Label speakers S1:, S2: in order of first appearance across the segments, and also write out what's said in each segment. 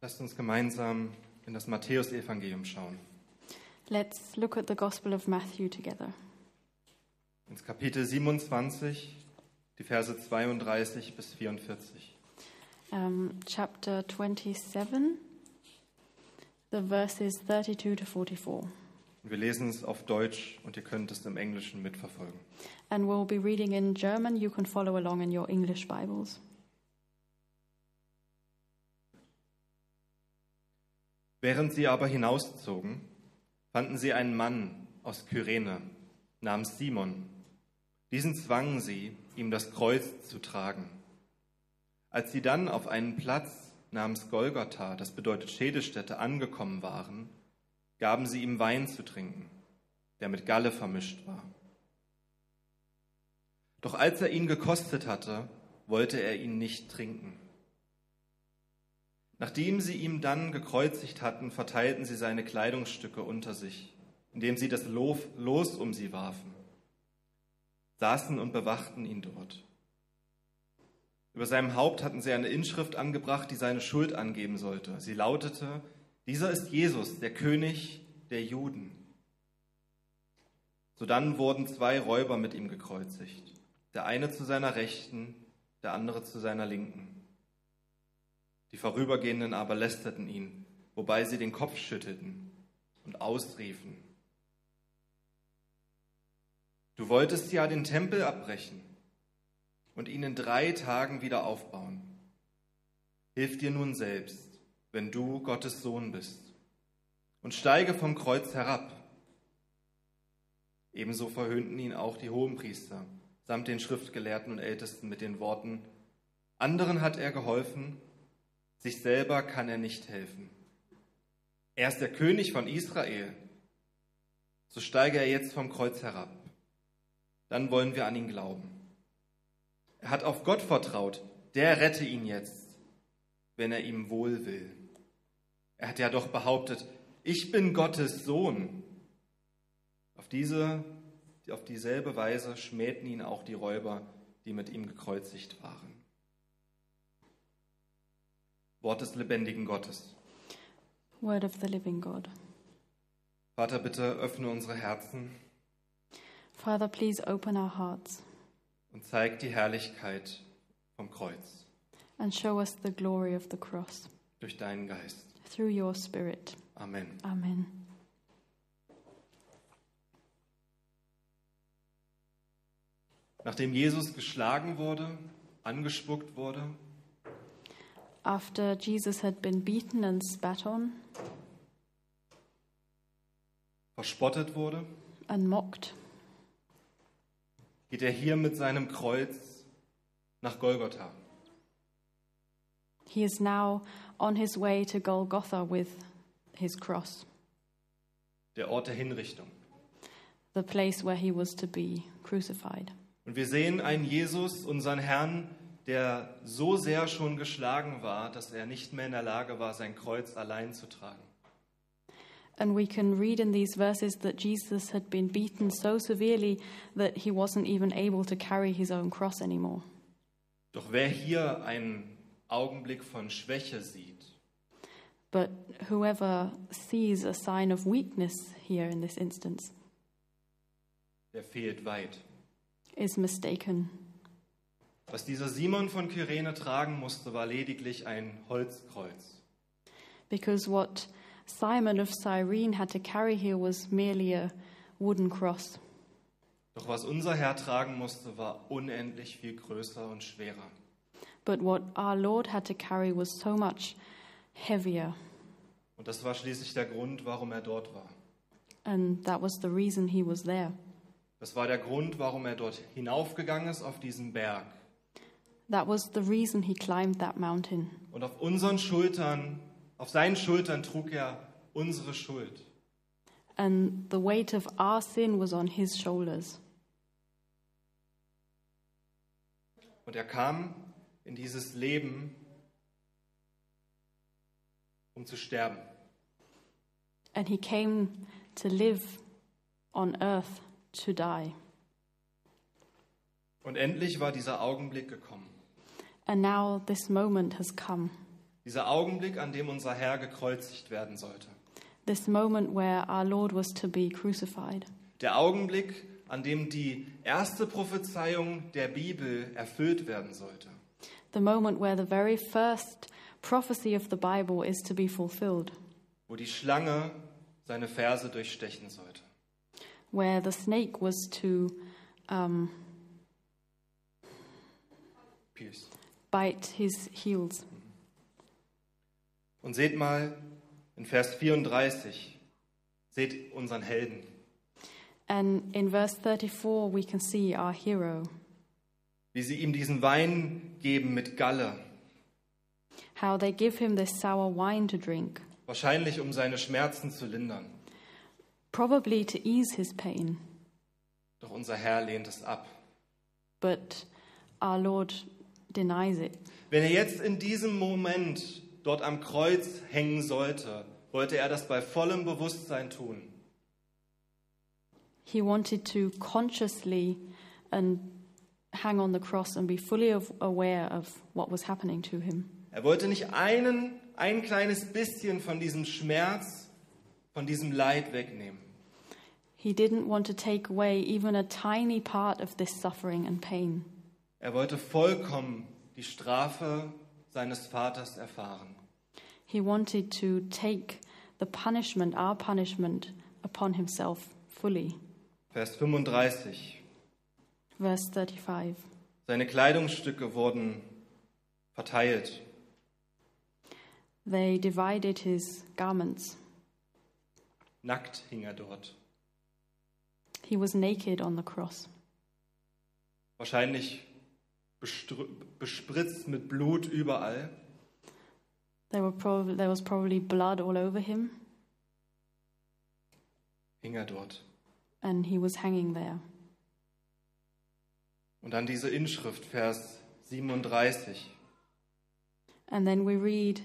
S1: Lasst uns gemeinsam in das Matthäusevangelium schauen,
S2: Let's look at the Gospel of Matthew together.
S1: ins Kapitel 27, die Verse 32 bis 44.
S2: Um, chapter 27, the verses 32 to 44.
S1: Und wir lesen es auf Deutsch und ihr könnt es im Englischen mitverfolgen.
S2: And we'll be reading in German. You can follow along in your English Bibles.
S1: Während sie aber hinauszogen, fanden sie einen Mann aus Kyrene namens Simon. Diesen zwangen sie, ihm das Kreuz zu tragen. Als sie dann auf einen Platz namens Golgatha, das bedeutet Schädelstätte, angekommen waren, gaben sie ihm Wein zu trinken, der mit Galle vermischt war. Doch als er ihn gekostet hatte, wollte er ihn nicht trinken. Nachdem sie ihn dann gekreuzigt hatten, verteilten sie seine Kleidungsstücke unter sich, indem sie das Lof- Los um sie warfen, saßen und bewachten ihn dort. Über seinem Haupt hatten sie eine Inschrift angebracht, die seine Schuld angeben sollte. Sie lautete, dieser ist Jesus, der König der Juden. Sodann wurden zwei Räuber mit ihm gekreuzigt, der eine zu seiner Rechten, der andere zu seiner Linken. Die Vorübergehenden aber lästerten ihn, wobei sie den Kopf schüttelten und ausriefen. Du wolltest ja den Tempel abbrechen und ihn in drei Tagen wieder aufbauen. Hilf dir nun selbst, wenn du Gottes Sohn bist, und steige vom Kreuz herab. Ebenso verhöhnten ihn auch die Hohenpriester samt den Schriftgelehrten und Ältesten mit den Worten, anderen hat er geholfen sich selber kann er nicht helfen. Er ist der König von Israel. So steige er jetzt vom Kreuz herab. Dann wollen wir an ihn glauben. Er hat auf Gott vertraut. Der rette ihn jetzt, wenn er ihm wohl will. Er hat ja doch behauptet, ich bin Gottes Sohn. Auf diese, auf dieselbe Weise schmähten ihn auch die Räuber, die mit ihm gekreuzigt waren. Wort des lebendigen Gottes.
S2: Word of the living God.
S1: Vater, bitte öffne unsere Herzen
S2: Father, please open our hearts
S1: und zeig die Herrlichkeit vom Kreuz
S2: and show us the glory of the cross
S1: durch deinen Geist.
S2: through your Spirit.
S1: Amen.
S2: Amen.
S1: Nachdem Jesus geschlagen wurde, angespuckt wurde,
S2: After Jesus had been beaten and spat on
S1: verspottet wurde,
S2: and mocked,
S1: geht er hier mit seinem Kreuz nach Golgotha.
S2: he is now on his way to Golgotha with his cross,
S1: Der Ort der Hinrichtung.
S2: the place where he was to be crucified.
S1: Und wir sehen einen Jesus, unseren Herrn, der so sehr schon geschlagen war, dass er nicht mehr in der Lage war, sein Kreuz allein zu tragen.
S2: And we can read in these verses that Jesus had been beaten so severely that he wasn't even able to carry his own cross anymore.
S1: Doch wer hier einen Augenblick von Schwäche sieht,
S2: But whoever sees a sign of weakness here in this instance
S1: der fehlt weit.
S2: is mistaken.
S1: Was dieser Simon von Kyrene tragen musste, war lediglich ein Holzkreuz.
S2: Because what Simon of Cyrene had to carry here was merely a wooden cross.
S1: Doch was unser Herr tragen musste, war unendlich viel größer und schwerer.
S2: But what our Lord had to carry was so much heavier.
S1: Und das war schließlich der Grund, warum er dort war.
S2: And that was the reason he was there.
S1: Das war der Grund, warum er dort hinaufgegangen ist auf diesen Berg.
S2: That was the reason he climbed that mountain.
S1: Und auf unseren Schultern, auf seinen Schultern trug er unsere Schuld.
S2: And the weight of our sin was on his shoulders.
S1: Und er kam in dieses Leben, um zu sterben.
S2: And he came to live on earth to die.
S1: Und endlich war dieser Augenblick gekommen.
S2: And now this moment has come.
S1: Dieser Augenblick, an dem unser Herr gekreuzigt werden sollte.
S2: this moment where our Lord was to be crucified,
S1: Der Augenblick, an dem die erste Prophezeiung der Bibel erfüllt werden sollte.
S2: the moment where the very first prophecy of the Bible is to be fulfilled,
S1: Wo die Schlange seine Verse durchstechen sollte.
S2: where the snake was to um,
S1: Peace.
S2: bite his heels.
S1: Und seht mal in Vers 34, seht unseren Helden.
S2: And in verse 34, we can see our hero,
S1: wie sie ihm diesen Wein geben mit Galle,
S2: how they give him this sour wine to drink,
S1: wahrscheinlich um seine Schmerzen zu lindern.
S2: probably to ease his pain.
S1: Doch unser Herr lehnt es ab.
S2: But our Lord denies it.
S1: Wenn er jetzt in diesem Moment dort am Kreuz hängen sollte, wollte er das bei vollem Bewusstsein tun.
S2: He wanted to consciously and hang on the cross and be fully of, aware of what was happening to him.
S1: Er wollte nicht einen, ein kleines bisschen von diesem Schmerz, von diesem Leid wegnehmen.
S2: He didn't want to take away even a tiny part of this suffering and pain.
S1: Er wollte vollkommen die Strafe seines Vaters erfahren.
S2: He wanted to take the punishment, our punishment, upon himself fully.
S1: Vers 35.
S2: Verse 35.
S1: Seine Kleidungsstücke wurden verteilt.
S2: They divided his garments.
S1: Nackt hing er dort.
S2: He was naked on the cross,
S1: Wahrscheinlich beströ- bespritzt mit Blut überall.
S2: there, were prob- there was probably blood all over him,
S1: Hing er dort.
S2: and he was hanging there.
S1: Und dann diese Inschrift, Vers 37.
S2: And then we read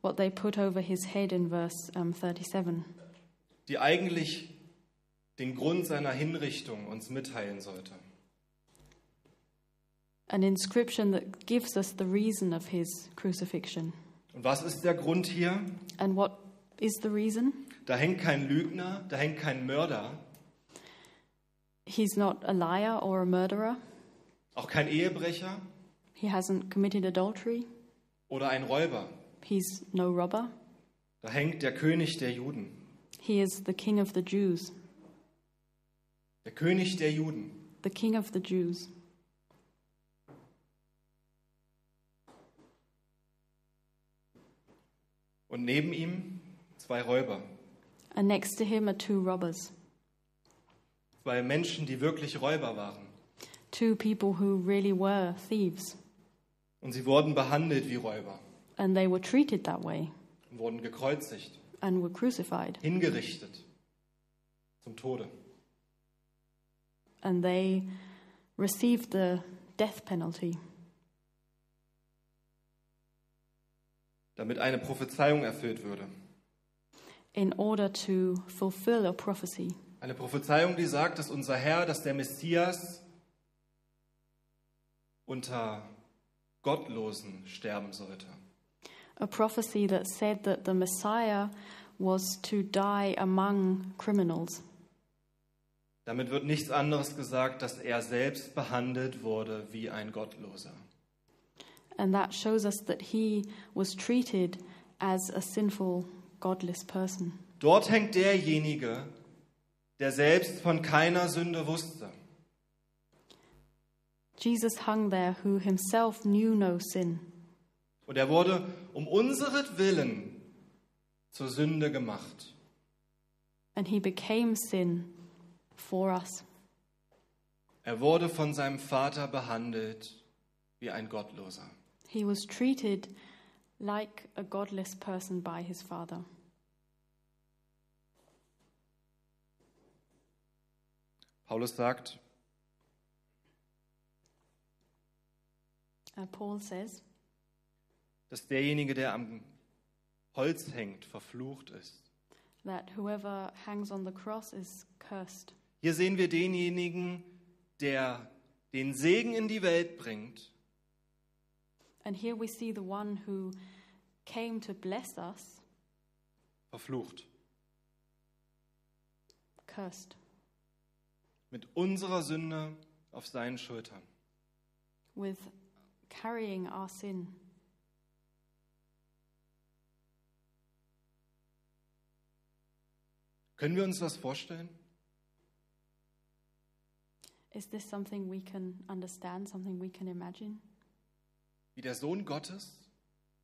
S2: what they put over his head in verse um, 37,
S1: Die eigentlich den Grund seiner Hinrichtung uns mitteilen sollte.
S2: an inscription that gives us the reason of his crucifixion.
S1: Und was ist der Grund hier?
S2: And what is the reason?
S1: Da hängt kein Lügner, da hängt kein Mörder,
S2: He's not a liar or a murderer.
S1: auch kein Ehebrecher
S2: He hasn't committed adultery.
S1: oder ein Räuber.
S2: He's no robber.
S1: Da hängt der König der Juden.
S2: He is the king of the Jews.
S1: Der König der Juden.
S2: The king of the Jews.
S1: Und neben ihm zwei Räuber,
S2: And next to him are two robbers,
S1: zwei Menschen, die wirklich Räuber waren.
S2: two people who really were thieves.
S1: Und sie wurden behandelt wie Räuber
S2: And they were treated that way
S1: und wurden gekreuzigt,
S2: and were crucified.
S1: hingerichtet zum Tode.
S2: And they received the death penalty
S1: Damit eine Prophezeiung erfüllt würde.
S2: in order to fulfill a prophecy.
S1: Eine Prophezeiung, die sagt, dass unser Herr, dass der Messias unter Gottlosen sterben sollte.
S2: a prophecy that said that the Messiah was to die among criminals.
S1: Damit wird nichts anderes gesagt, dass er selbst behandelt wurde wie ein Gottloser.
S2: And that shows us that he was treated as a sinful, godless person.
S1: Dort hängt derjenige, der selbst von keiner Sünde wusste.
S2: Jesus hung there who himself knew no sin,
S1: Und er wurde um unseret Willen zur Sünde gemacht,
S2: and he became sin for us.
S1: er wurde von seinem Vater behandelt wie ein Gottloser.
S2: He was treated like a godless person by his Father.
S1: Paulus sagt,
S2: Uh, Paul says
S1: dass derjenige, der am Holz hängt, verflucht ist.
S2: that whoever hangs on the cross is cursed.
S1: Hier sehen wir denjenigen, der den Segen in die Welt bringt
S2: And here we see the one who came to bless us,
S1: verflucht.
S2: cursed,
S1: Mit unserer Sünde auf seinen Schultern.
S2: with carrying our sin.
S1: Können wir uns das vorstellen?
S2: Is this something we can understand, something we can imagine?
S1: Wie der Sohn Gottes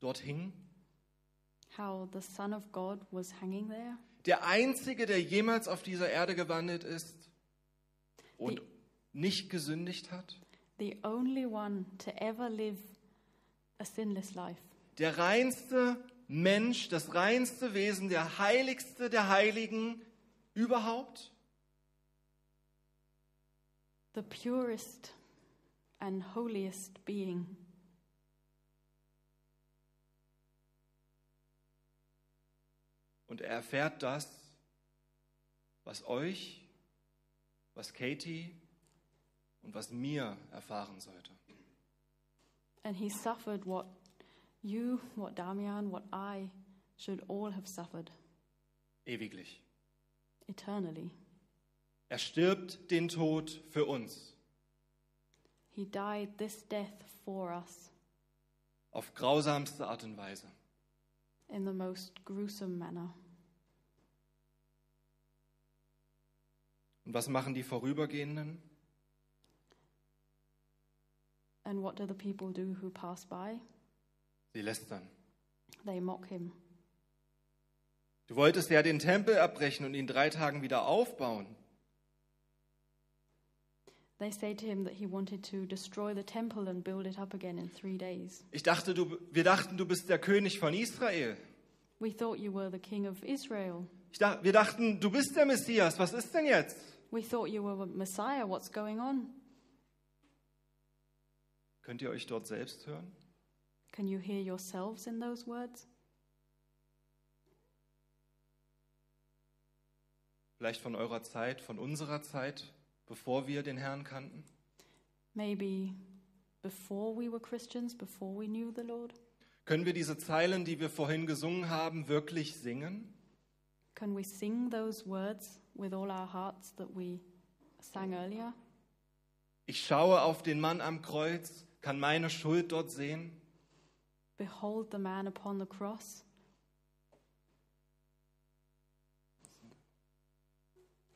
S1: dort hing?
S2: How the Son of God was hanging there?
S1: Der Einzige, der jemals auf dieser Erde gewandelt ist und
S2: Die-
S1: nicht gesündigt hat?
S2: The only one to ever live a sinless life.
S1: Der reinste Mensch, das reinste Wesen, der heiligste der Heiligen überhaupt?
S2: The purest and holiest being.
S1: Und er erfährt das, was euch, was Katie und was mir erfahren sollte.
S2: And he suffered what you, what Damian, what I should all have suffered
S1: Ewiglich.
S2: eternally.
S1: Er stirbt den Tod für uns.
S2: He died this death for us
S1: Auf grausamste Art und Weise.
S2: in the most gruesome manner.
S1: Und was machen die Vorübergehenden?
S2: And what do the people do who pass by?
S1: Sie lästern.
S2: They mock him.
S1: Du wolltest ja den Tempel abbrechen und ihn drei Tagen wieder aufbauen.
S2: They say to him that he wanted to destroy the temple and build it up again in three days.
S1: Ich dachte, du, wir dachten, du bist der König von Israel.
S2: We thought you were the king of Israel.
S1: Ich dach, wir dachten, du bist der Messias. Was ist denn jetzt?
S2: We thought you were Messiah. What's going on?
S1: Könnt ihr euch dort selbst hören?
S2: Can you hear yourselves in those words?
S1: Vielleicht von eurer Zeit, von unserer Zeit, bevor wir den Herrn kannten?
S2: Maybe before we were Christians, before we knew the Lord?
S1: Können wir diese Zeilen, die wir vorhin gesungen haben, wirklich singen?
S2: Can we sing those words with all our hearts that we sang earlier?
S1: Ich schaue auf den Mann am Kreuz, kann meine Schuld dort sehen.
S2: Behold the man upon the cross.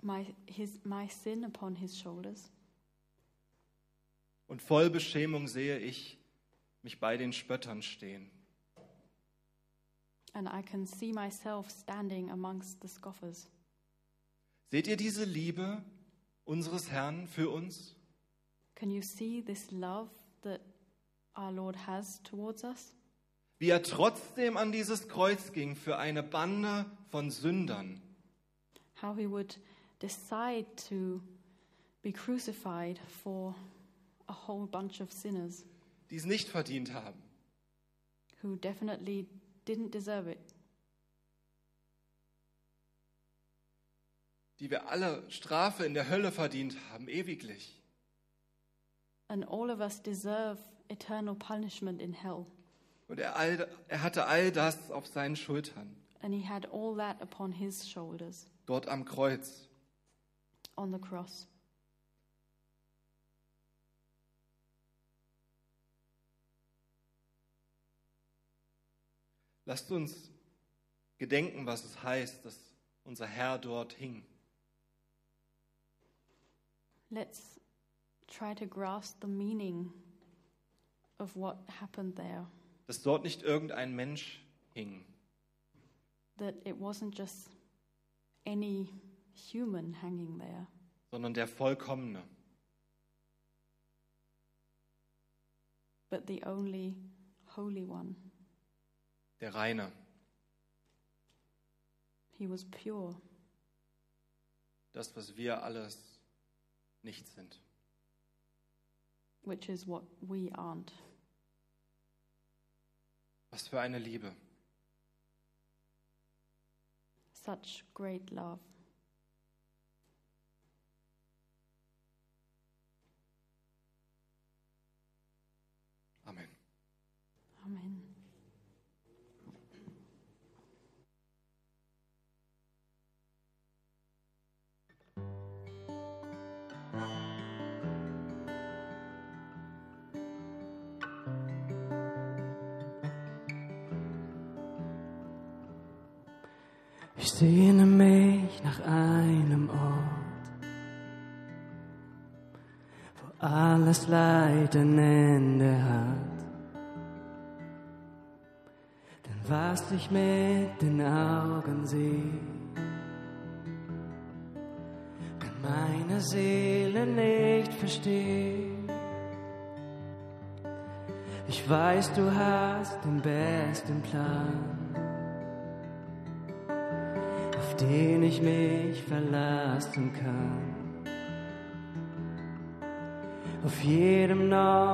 S2: My, his, my sin upon his shoulders,
S1: Und voll Beschämung sehe ich mich bei den Spöttern stehen.
S2: and I can see myself standing amongst the scoffers.
S1: Seht ihr diese Liebe unseres Herrn für uns?
S2: Can you see this love that our Lord has towards us?
S1: Wie er trotzdem an dieses Kreuz ging für eine Bande von Sündern.
S2: How he would decide to be crucified for a whole bunch of sinners
S1: die es nicht verdient haben.
S2: who definitely didn't deserve it,
S1: die wir alle Strafe in der Hölle verdient haben, ewiglich.
S2: and all of us deserve eternal punishment in hell.
S1: Und er, all, er hatte all das auf seinen Schultern,
S2: And he had all that upon his shoulders
S1: dort am Kreuz.
S2: on the cross.
S1: Lasst uns gedenken, was es heißt, dass unser Herr dort hing.
S2: Let's try to grasp the meaning of what happened there.
S1: Dass dort nicht irgendein Mensch hing,
S2: That it wasn't just any human hanging there,
S1: sondern der Vollkommene,
S2: but the only Holy One.
S1: der Reine,
S2: He was pure,
S1: das, was wir alles nicht sind.
S2: which is what we aren't.
S1: Was für eine Liebe.
S2: Such great love.
S1: Amen.
S2: Amen.
S3: Ich sehne mich nach einem Ort, wo alles Leid ein Ende hat. Denn was ich mit den Augen sehe, kann meine Seele nicht verstehen. Ich weiß, du hast den besten Plan auf den ich mich verlassen kann. Auf jedem noch